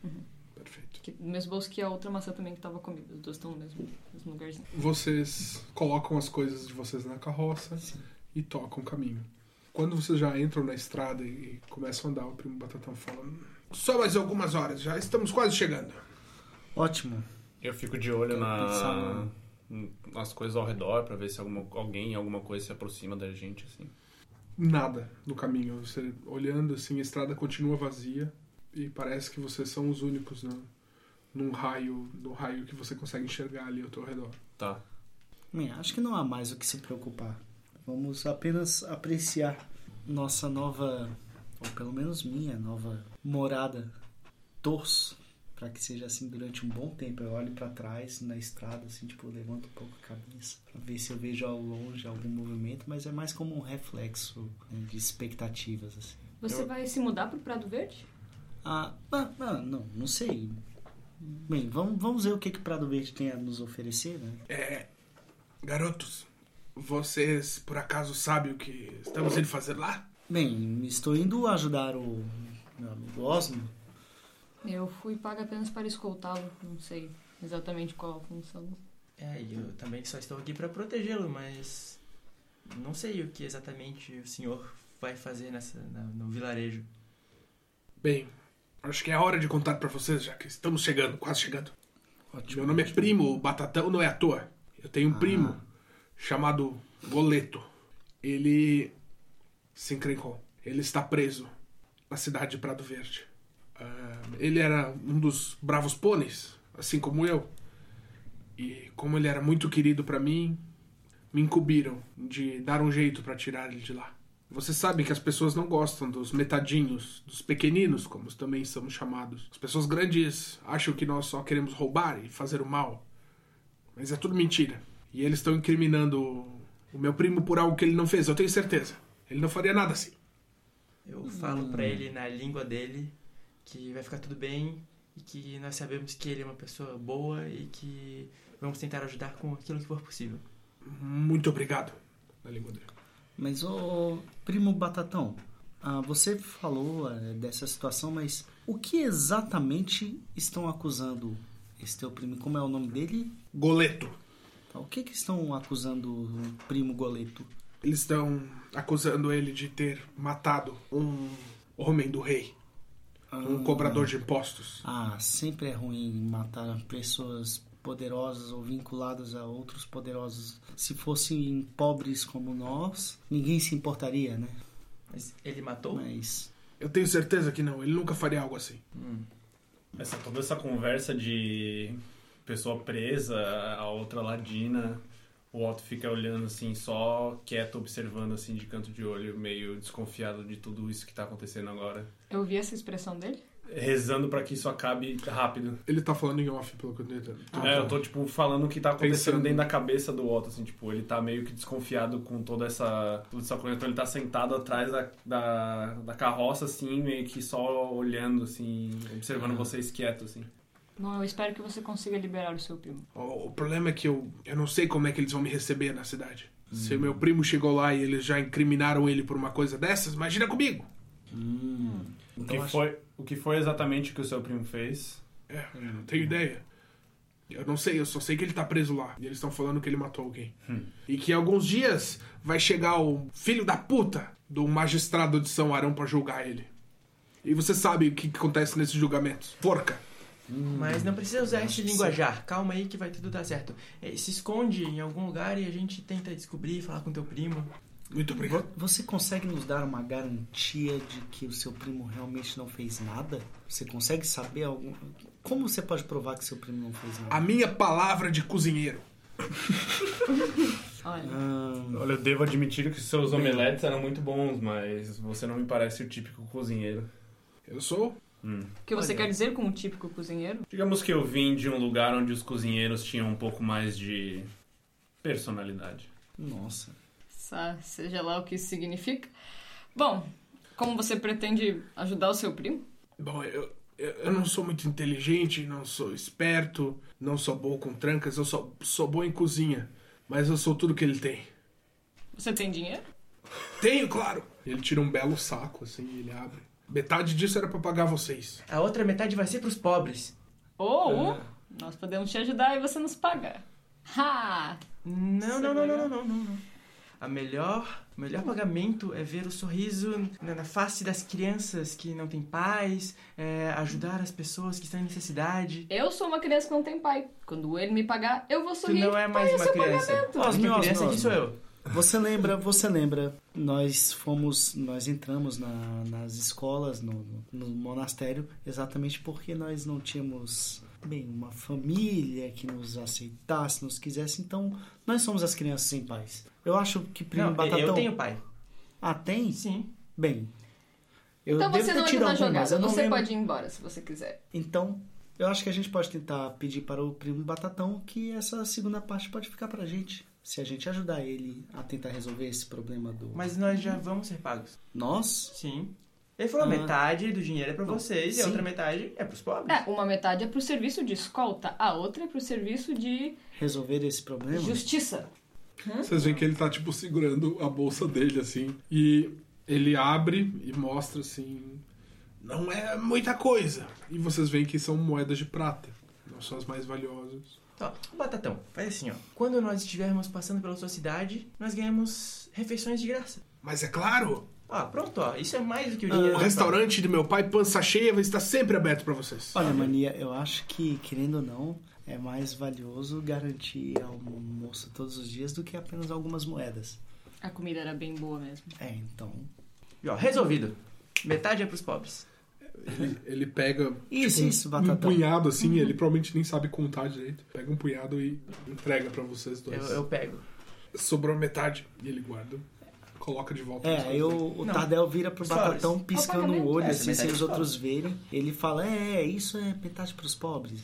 S9: Perfeito.
S8: Que- No mesmo bolso que a outra maçã também que tava comigo. Os dois estão no mesmo, mesmo lugarzinho.
S9: Vocês colocam as coisas de vocês na carroça e tocam o caminho. Quando vocês já entram na estrada e começam a andar, o primo Batatão fala: "Hum, Só mais algumas horas, já estamos quase chegando.
S6: Ótimo.
S10: Eu fico de olho
S6: pensar
S10: na,
S6: no-
S10: nas coisas ao redor pra ver se alguma, alguém, alguma coisa se aproxima da gente, assim.
S9: Nada no caminho. Você olhando assim, a estrada continua vazia e parece que vocês são os únicos no, num raio, no raio que você consegue enxergar ali ao teu redor.
S10: Tá.
S6: Bem, acho que não há mais o que se preocupar. Vamos apenas apreciar nossa nova, ou pelo menos minha nova morada. Torço para que seja assim durante um bom tempo. Eu olho para trás na estrada, assim, tipo, levanto um pouco a cabeça para ver se eu vejo ao longe algum movimento, mas é mais como um reflexo né, de expectativas, assim.
S8: Você vai se mudar pro Prado Verde?
S6: Ah, ah, ah, não, não sei. Bem, vamos, vamos ver o que que Prado Verde tem a nos oferecer, né?
S9: É. Garotos, vocês por acaso sabem o que estamos indo fazer lá?
S6: Bem, estou indo ajudar o meu amigo Osmo.
S8: Eu fui paga apenas para escoltá-lo. Não sei exatamente qual a função.
S5: É, e eu também só estou aqui para protegê-lo, mas não sei o que exatamente o senhor vai fazer nessa, na- no vilarejo.
S9: Bem, acho que é a hora de contar pra vocês, já que estamos chegando, quase chegando. Meu nome é Primo, o Batatão não é à toa. Eu tenho um primo chamado Goleto. Ele se encrencou. Ele está preso na cidade de Prado Verde. Ah, ele era um dos bravos pôneis, assim como eu. E como ele era muito querido pra mim, me incumbiram de dar um jeito pra tirar ele de lá. Você sabe que as pessoas não gostam dos metadinhos, dos pequeninos, como também somos chamados. As pessoas grandes acham que nós só queremos roubar e fazer o mal. Mas é tudo mentira. E eles estão incriminando o- o meu primo por algo que ele não fez, eu tenho certeza. Ele não faria nada assim.
S5: Eu falo pra ele na língua dele que vai ficar tudo bem e que nós sabemos que ele é uma pessoa boa e que vamos tentar ajudar com aquilo que for possível.
S9: Muito obrigado. Na língua dele.
S6: Mas, ô, ô, primo Batatão, ah, você falou eh, dessa situação, mas o que exatamente estão acusando esse teu primo? Como é o nome dele?
S9: Goleto.
S6: Tá, O que, que estão acusando o primo Goleto?
S9: Eles estão acusando ele de ter matado um homem do rei, um cobrador de impostos.
S6: Ah, sempre é ruim matar pessoas poderosas ou vinculadas a outros poderosos. Se fossem pobres como nós, ninguém se importaria, né?
S5: Mas ele
S9: Oh.
S5: matou?
S6: Mas
S9: Eu tenho certeza que não, ele nunca faria algo assim.
S10: Essa, toda essa conversa de pessoa presa, a outra ladina, o Otto fica olhando assim, só quieto, observando assim de canto de olho, meio desconfiado de tudo isso que tá acontecendo agora.
S8: Eu vi essa expressão dele?
S10: Rezando pra que isso acabe rápido.
S9: Ele tá falando em off, pelo que eu tô entendendo.
S10: é, eu tô, tipo, falando o que tá acontecendo
S9: Pensando.
S10: dentro da cabeça do Otto, assim, tipo, ele tá meio que desconfiado com toda essa, toda essa coisa, então ele tá sentado atrás da, da, da carroça, assim, meio que só olhando, assim, observando vocês quieto, assim.
S8: Não, eu espero que você consiga liberar o seu primo.
S9: O, o problema é que eu, eu não sei como é que eles vão me receber na cidade. Se meu primo chegou lá e eles já incriminaram ele por uma coisa dessas, imagina comigo!
S10: O que, foi, o que foi exatamente que o seu primo fez?
S9: É, eu não tenho ideia. Eu não sei, eu só sei que ele tá preso lá. E eles estão falando que ele matou alguém. E que em alguns dias vai chegar o filho da puta do magistrado de São Arão pra julgar ele. E você sabe o que, que acontece nesses julgamentos. Forca!
S5: Mas não precisa usar esse linguajar. Calma aí que vai tudo dar certo. É, Se esconde em algum lugar e a gente tenta descobrir, falar com teu primo.
S9: Muito obrigado.
S6: você consegue nos dar uma garantia de que o seu primo realmente não fez nada? Você consegue saber algum. Como você pode provar que seu primo não fez nada?
S9: A minha palavra de cozinheiro.
S8: Olha,
S10: Olha, eu devo admitir que os seus omeletes eram muito bons, mas você não me parece o típico cozinheiro.
S9: Eu sou
S8: o que você
S5: Olha.
S8: quer dizer com um típico cozinheiro?
S10: Digamos que eu vim de um lugar onde os cozinheiros tinham um pouco mais de personalidade.
S6: Nossa.
S8: Sa- seja lá o que isso significa. Bom, como você pretende ajudar o seu primo?
S9: Bom, eu, eu, eu não sou muito inteligente, não sou esperto, não sou bom com trancas, eu sou, sou bom em cozinha. Mas eu sou tudo que ele tem.
S11: Você tem dinheiro?
S9: Tenho, claro! Ele tira um belo saco, assim, e ele abre. Metade disso era pra pagar vocês.
S5: A outra metade vai ser pros pobres.
S11: Ou
S6: É.
S11: nós podemos te ajudar e você nos paga. Ha!
S5: Não, não, não,
S11: vai
S5: não,
S11: lá.
S5: não, não, não, não. A melhor, o melhor pagamento é ver o sorriso na, na face das crianças que não têm pais, é, ajudar as pessoas que estão em necessidade.
S11: Eu sou uma criança que não tem pai. Quando ele me pagar, eu vou sorrir.
S5: tu não é mais
S11: Pai,
S5: uma
S11: seu
S5: criança.
S11: pagamento.
S5: Osmi,
S6: Osmi,
S5: criança
S6: Osmi.
S5: aqui sou eu.
S6: Você lembra, você lembra, nós fomos, nós entramos na- nas escolas, no, no monastério, exatamente porque nós não tínhamos, bem, uma família que nos aceitasse, nos quisesse, então nós somos as crianças sem pais. Eu acho que Primo
S5: Não,
S6: Batatão...
S5: eu tenho pai.
S6: Ah, tem?
S5: Sim.
S6: Bem, eu
S11: Então
S6: devo
S11: você
S6: ter
S11: não entra
S6: tido
S11: na
S6: algumas,
S11: jogada.
S6: eu não
S11: Você
S6: lembro.
S11: pode ir embora se você quiser.
S6: Então, eu acho que a gente pode tentar pedir para o primo Batatão que essa segunda parte pode ficar pra gente. Se a gente ajudar ele a tentar resolver esse problema do.
S5: Mas nós já vamos ser pagos.
S6: Nós?
S5: Sim. Ele falou,
S6: Ah.
S5: metade do dinheiro é pra vocês e a
S6: Sim.
S5: outra metade é pros pobres.
S11: É, uma metade é pro serviço de escolta, a outra é pro serviço de
S6: Resolver esse problema?
S11: justiça.
S9: Vocês veem que ele tá, tipo, segurando a bolsa dele, assim. E ele abre e mostra, assim. Não é muita coisa. E vocês veem que são moedas de prata. Não são as mais valiosas.
S5: Então, Ó, Batatão, faz assim, ó. Quando nós estivermos passando pela sua cidade, nós ganhamos refeições de graça.
S9: Mas é claro,
S5: Ó, pronto, ó. Isso é mais do que o dinheiro.
S9: o
S5: que eu falo.
S9: restaurante do meu pai, pança cheia, vai estar sempre é aberto pra vocês.
S6: Olha, Mania, eu acho que, querendo ou não, é mais valioso garantir almoço todos os dias do que apenas algumas moedas.
S11: A comida era bem boa mesmo.
S6: É, então.
S5: E, ó, resolvido. Metade é pros pobres.
S9: Ele, ele pega
S6: Isso,
S9: tipo,
S6: isso,
S9: um, um
S6: Batatão.
S9: punhado, assim. Ele provavelmente nem sabe contar direito. Pega um punhado e entrega pra vocês
S5: Eu,
S9: dois.
S5: eu pego.
S9: Sobrou metade. E ele guarda. Coloca de volta. nas
S6: É,
S9: coisas
S6: eu,
S9: dele.
S6: o
S5: Não.
S6: Tardel vira pro
S5: Os
S6: Batatão
S5: pobres.
S6: piscando o
S11: Apagamento.
S6: olho,
S5: É,
S6: assim, sem
S5: essa metade
S6: os
S5: dos
S6: outros verem. Ele fala, é, isso é metade pros pobres.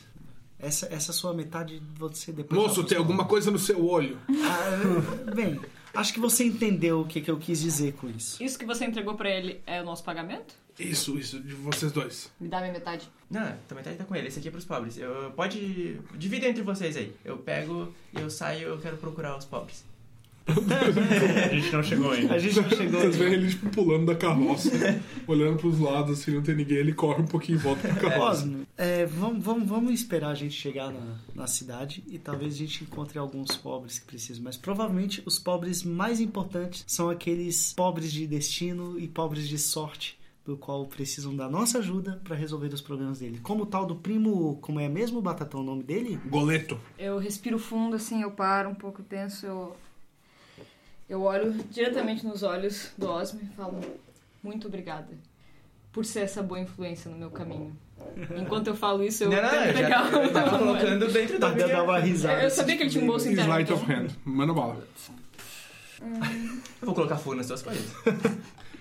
S6: Essa, essa sua metade você depois...
S9: Moço,
S6: dá pros
S9: tem alguma
S6: pobres."
S9: coisa no seu olho.
S6: Ah, bem, acho que você entendeu o que, que eu quis dizer com isso.
S11: Isso que você entregou pra ele é o nosso pagamento?
S9: Isso, isso, de vocês dois.
S11: Me dá minha metade.
S5: Não, tua metade tá com ele. Esse aqui é pros pobres. Eu, eu- pode... Divida entre vocês aí. Eu pego e eu saio eu quero procurar os pobres.
S10: A gente não chegou ainda.
S6: A gente não (laughs) chegou...
S9: Vocês veem ele tipo, pulando da carroça, olhando pros lados, assim, não tem ninguém, ele corre um pouquinho e volta pra carroça.
S6: Osmo, é, vamos, vamos, vamos esperar a gente chegar na, na cidade e talvez a gente encontre alguns pobres que precisam. Mas provavelmente os pobres mais importantes são aqueles pobres de destino e pobres de sorte, do qual precisam da nossa ajuda para resolver os problemas dele. Como o tal do primo, como é mesmo o Batatão o nome dele?
S9: Goleto.
S8: Eu respiro fundo, assim, eu paro um pouco e penso, eu...
S11: Eu olho diretamente nos olhos do Osmo e falo: Muito obrigada por ser essa boa influência no meu
S5: (laughs)
S11: caminho. Enquanto eu falo isso, eu
S5: não, não,
S11: tento
S5: eu
S11: pegar
S5: já, eu tava
S11: uma- (laughs)
S5: colocando dentro da
S6: Tardel dá
S5: minha...
S6: Tá uma risada.
S11: Eu sabia que ele tinha um bolso interno.
S9: Sleight
S11: então.
S9: of hand. Manda bala.
S5: Eu vou colocar fogo nas tuas coisas.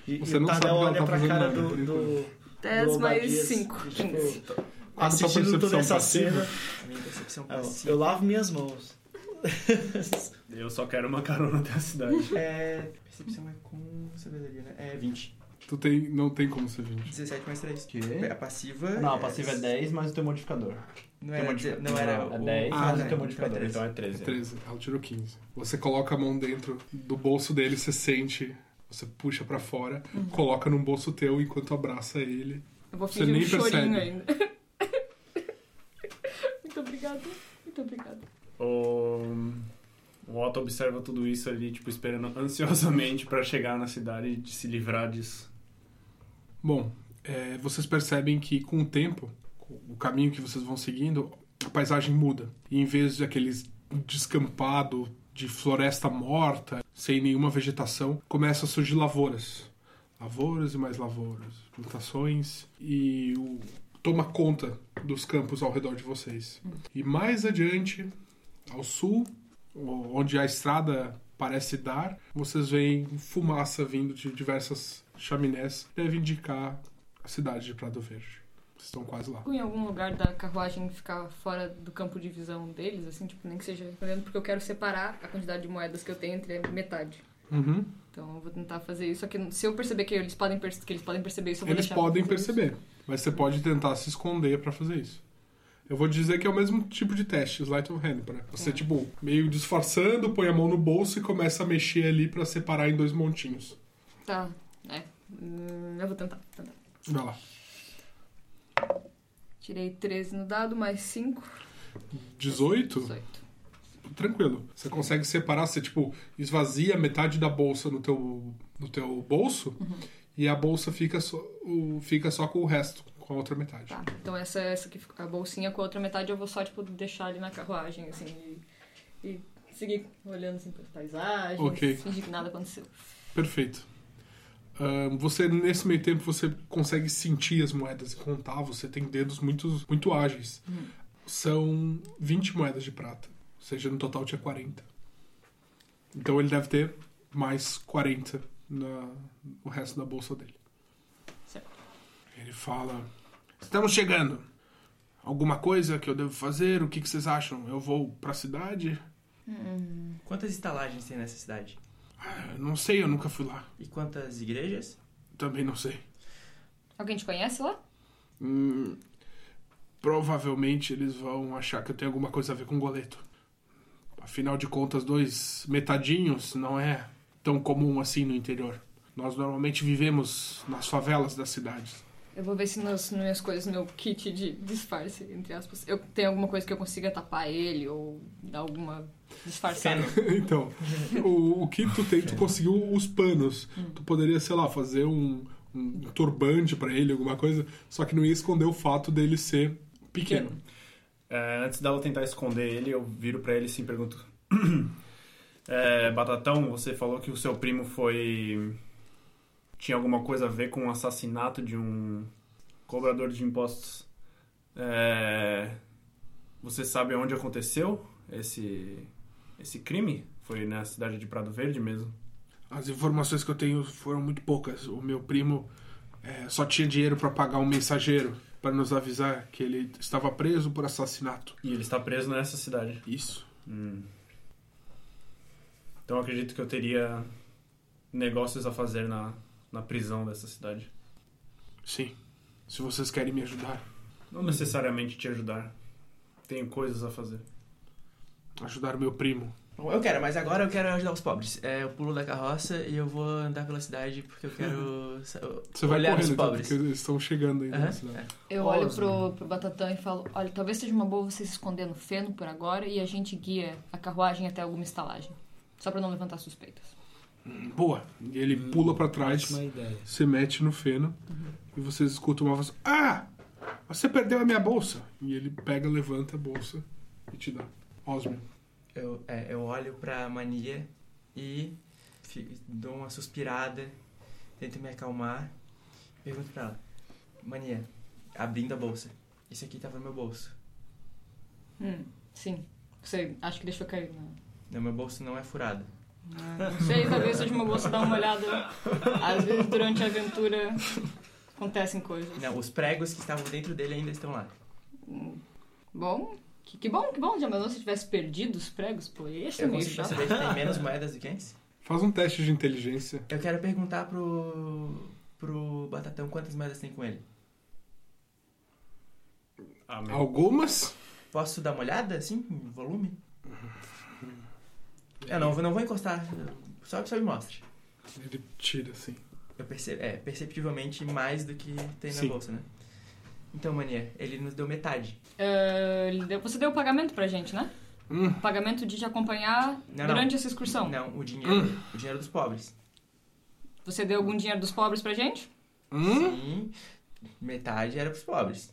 S6: E,
S9: Você
S6: e o
S9: não sabe
S6: Tardel
S9: que ela
S6: olha
S9: tá
S6: pra
S9: fazendo
S6: cara
S9: nada,
S6: do...
S9: por
S6: do...
S11: Dez
S6: do
S11: mais
S6: Obadias,
S11: cinco,
S6: tipo,
S11: quinze.
S9: Ah, sua
S6: assistindo toda
S9: percepção
S6: essa
S9: passiva.
S6: cena,
S5: A minha percepção
S6: eu,
S5: passiva.
S6: eu lavo minhas mãos.
S10: (laughs) Eu só quero uma carona até a cidade.
S5: É... Percepção é com sabedoria, né? É 20.
S9: Tu tem, não tem como ser 20.
S5: 17 mais 3.
S12: Quê?
S5: A passiva...
S12: (laughs) Não, a passiva é 10 mais o teu modificador.
S5: Não
S12: Tem
S5: era,
S12: modificador.
S5: não era
S12: Não, é
S5: o...
S12: 10
S5: ah,
S12: mais o
S5: não,
S12: teu
S5: então é
S12: modificador.
S5: três.
S10: Então é 13.
S9: 13, ela tirou 15. Você coloca a mão dentro do bolso dele, você sente, você puxa pra fora, coloca num bolso teu enquanto abraça ele.
S11: Eu vou
S9: Você
S11: fingir um
S9: nem
S11: chorinho
S9: percebe.
S11: ainda. (laughs) muito obrigada, muito obrigada.
S10: O, o Otto observa tudo isso ali, tipo, esperando ansiosamente pra chegar na cidade e de se livrar disso.
S9: Bom, é, vocês percebem que com o tempo, com o caminho que vocês vão seguindo, a paisagem muda. E em vez de aqueles descampado de floresta morta, sem nenhuma vegetação, começam a surgir lavouras. Lavouras e mais lavouras, plantações e o toma conta dos campos ao redor de vocês. E mais adiante, ao sul, o- onde a estrada parece dar, vocês veem fumaça vindo de diversas chaminés, deve indicar a cidade de Prado Verde. Vocês estão quase lá.
S11: Em algum lugar da carruagem ficar fora do campo de visão deles, assim, tipo, nem que seja olhando, porque eu quero separar a quantidade de moedas que eu tenho entre a metade.
S9: Uhum.
S11: Então
S8: Então eu vou tentar fazer isso. Só que se eu perceber que eles podem, perce- que eles podem perceber isso, eu vou
S9: Eles
S8: deixar pra
S9: podem
S8: fazer isso.
S9: perceber, mas você pode tentar se esconder pra fazer isso. Eu vou dizer que é o mesmo tipo de teste, Sleight of Hand, né?
S8: É.
S9: Você, tipo, meio disfarçando, põe a mão no bolso e começa a mexer ali pra separar em dois montinhos.
S8: Tá, é. Hum, eu vou tentar, tentar.
S9: Vai lá.
S8: Tirei 13 no dado, mais 5,
S9: 18?
S8: 18.
S9: Tranquilo. Você consegue separar, você, tipo, esvazia metade da bolsa no teu, no teu bolso
S8: Uhum.
S9: e a bolsa fica só, o- fica só com o resto, com a outra metade.
S8: Tá. Então essa, essa aqui, a bolsinha com a outra metade eu vou só, tipo, deixar ali na carruagem, assim, e, e seguir olhando, assim, pras paisagens,
S9: Ok.
S8: fingir que nada aconteceu.
S9: Perfeito. Ahn, você, nesse meio tempo, você consegue sentir as moedas e contar. Você tem dedos muito, muito ágeis. São 20 moedas de prata. Ou seja, no total tinha 40. Então ele deve ter mais 40 na, no resto da bolsa dele.
S8: Certo.
S9: Ele fala: Estamos chegando. Alguma coisa que eu devo fazer? O que, que vocês acham? Eu vou pra cidade?
S5: Quantas estalagens tem nessa cidade?
S9: Ah, não sei, eu nunca fui lá.
S5: E quantas igrejas?
S9: Também não sei.
S8: Alguém te conhece lá?
S9: Hum, provavelmente eles vão achar que eu tenho alguma coisa a ver com o goleto. Afinal de contas, dois metadinhos não é tão comum assim no interior. Nós normalmente vivemos nas favelas das cidades. (laughs)
S8: Eu vou ver se nas minhas coisas, no meu kit de disfarce, entre aspas, eu tenho alguma coisa que eu consiga tapar ele ou dar alguma disfarçada.
S9: então, o, o que tu tem, tu conseguiu os panos. Tu poderia, sei lá, fazer um, um turbante para ele, alguma coisa, só que não ia esconder o fato dele ser pequeno.
S10: É, antes dela tentar esconder ele, eu viro pra ele e sim pergunto: (clears throat) É, Batatão, você falou que o seu primo foi. tinha alguma coisa a ver com o assassinato de um cobrador de impostos. É, você sabe onde aconteceu esse, esse crime? Foi na cidade de Prado Verde mesmo?
S9: As informações que eu tenho foram muito poucas. O meu primo eh, só tinha dinheiro para pagar um mensageiro para nos avisar que ele estava preso por assassinato.
S10: E ele está preso nessa cidade.
S9: Isso.
S10: Hum. Então eu acredito que eu teria negócios a fazer na, na prisão dessa cidade.
S9: Sim. Se vocês querem me ajudar,
S10: Não necessariamente te ajudar. Tenho coisas a fazer.
S9: ajudar o meu primo.
S5: Bom, eu quero, mas agora eu quero ajudar os pobres. É, eu pulo da carroça e eu vou andar pela cidade porque eu
S9: (laughs)
S5: quero sa-
S9: Você vai
S5: olhar os
S9: correndo, então,
S5: pobres.
S9: porque eles estão chegando ainda assim, né?
S5: Aham,
S9: na cidade.
S8: Eu
S5: Osmo.
S8: olho pro, pro Batatão e falo: olha, talvez seja uma boa você se esconder no feno por agora e a gente guia a carruagem até alguma estalagem. Só pra não levantar suspeitas.
S5: É.
S9: Boa. E ele pula para trás,
S6: Hum, Ótima ideia.
S9: se mete no feno
S5: Uhum.
S9: e vocês escutam uma voz: Ah! Você perdeu a minha bolsa! E ele pega, levanta a bolsa e te dá. Osmio.
S5: Eu, é, eu olho pra mania e fi- dou uma suspirada, tento me acalmar. Pergunto pra ela: Mania, abrindo a bolsa. Isso aqui tava no meu bolso.
S8: Hum, sim. Você acho que deixou cair. Né?
S5: Não, meu bolso não é furado.
S8: Não sei, talvez seja uma boa você dar uma olhada. Às vezes durante a aventura acontecem coisas.
S5: Não, os pregos que estavam dentro dele ainda estão lá.
S8: Hum, Bom, que, que bom, que bom. Já imaginou se eu tivesse perdido os pregos? Pô, esse é
S5: Eu
S8: meio
S5: consigo
S8: chato.
S5: perceber que tem menos moedas do que antes?
S9: Faz um teste de inteligência.
S5: Eu quero perguntar pro. pro Batatão quantas moedas tem com ele.
S10: Amém.
S9: Algumas?
S5: Posso dar uma olhada, assim, em volume?
S9: Uhum.
S5: Eu não, eu não vou encostar. Só, só me mostre.
S9: Ele tira assim.
S5: Eu percebo, é, perceptivelmente mais do que tem na
S9: Sim.
S5: bolsa, né? Então, mania, ele nos deu metade.
S8: Ah, ele deu- você deu o pagamento pra gente, né?
S9: Hum.
S8: O pagamento de te acompanhar
S5: Não,
S8: durante
S5: não.
S8: essa excursão.
S5: Não, o dinheiro.
S9: Hum.
S5: O dinheiro dos pobres.
S8: Você deu algum dinheiro dos pobres pra gente?
S9: Hum?
S5: Sim. Metade era pros pobres.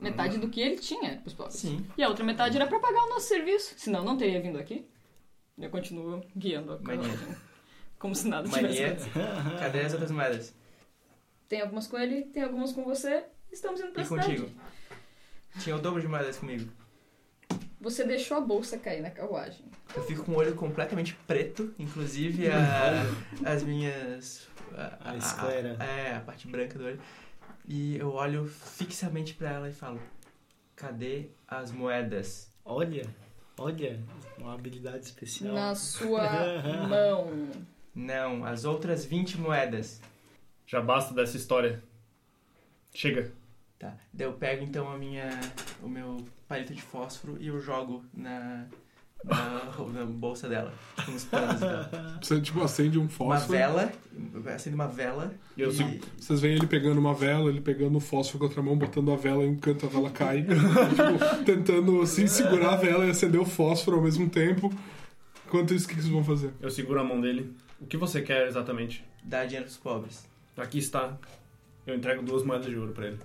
S8: Metade do que ele tinha pros pobres.
S5: Hum. Sim.
S8: E a outra metade era pra pagar o nosso serviço. Senão não teria vindo aqui. Eu continuo guiando a
S5: Mania.
S8: carruagem. Como se nada tivesse
S5: Mania,
S8: acontecido.
S5: cadê as outras moedas?
S8: Tem algumas com ele, tem algumas com você. Estamos indo pra
S5: E
S8: cidade.
S5: contigo? Tinha o dobro de moedas comigo.
S8: Você deixou a bolsa cair na carruagem.
S5: Eu fico com o olho completamente preto, inclusive a- as minhas.
S6: Uhum. A esclera.
S5: é, a parte branca do olho. E eu olho fixamente pra ela e falo: Cadê as moedas?
S6: Olha, olha, uma habilidade especial.
S8: Na sua mão.
S5: Não, as outras 20 moedas.
S10: Já basta dessa história. Chega.
S5: Tá. Daí eu pego então a minha. o meu palito de fósforo e eu jogo na. na, na bolsa dela. Com os panos dela.
S9: Você, tipo, acende um
S5: Uma
S9: fósforo.
S5: vela. Acendo uma vela.
S10: Eu
S5: e-
S10: sigo-
S9: Vocês veem ele pegando uma vela, ele pegando o fósforo com a outra mão, botando a vela em um canto, a vela cai. (laughs) tipo, tentando assim segurar a vela e acender o fósforo ao mesmo tempo. Enquanto isso, o que que vocês vão fazer?
S10: Eu seguro a mão dele. O que você quer exatamente?
S5: Dá dinheiro pros pobres.
S10: Aqui está. Eu entrego duas moedas de ouro pra ele.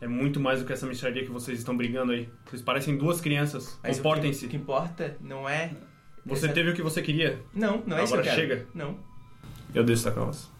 S10: É muito mais do que essa mixaria que vocês estão brigando aí. Vocês parecem duas crianças.
S5: Mas o que- O que
S10: Comportem-se.
S5: importa não é.
S10: Você
S5: essa-
S10: teve o que você queria.
S5: Não, não é isso que eu
S10: Agora
S5: quero.
S10: chega.
S5: Não.
S10: Eu desço da carroça.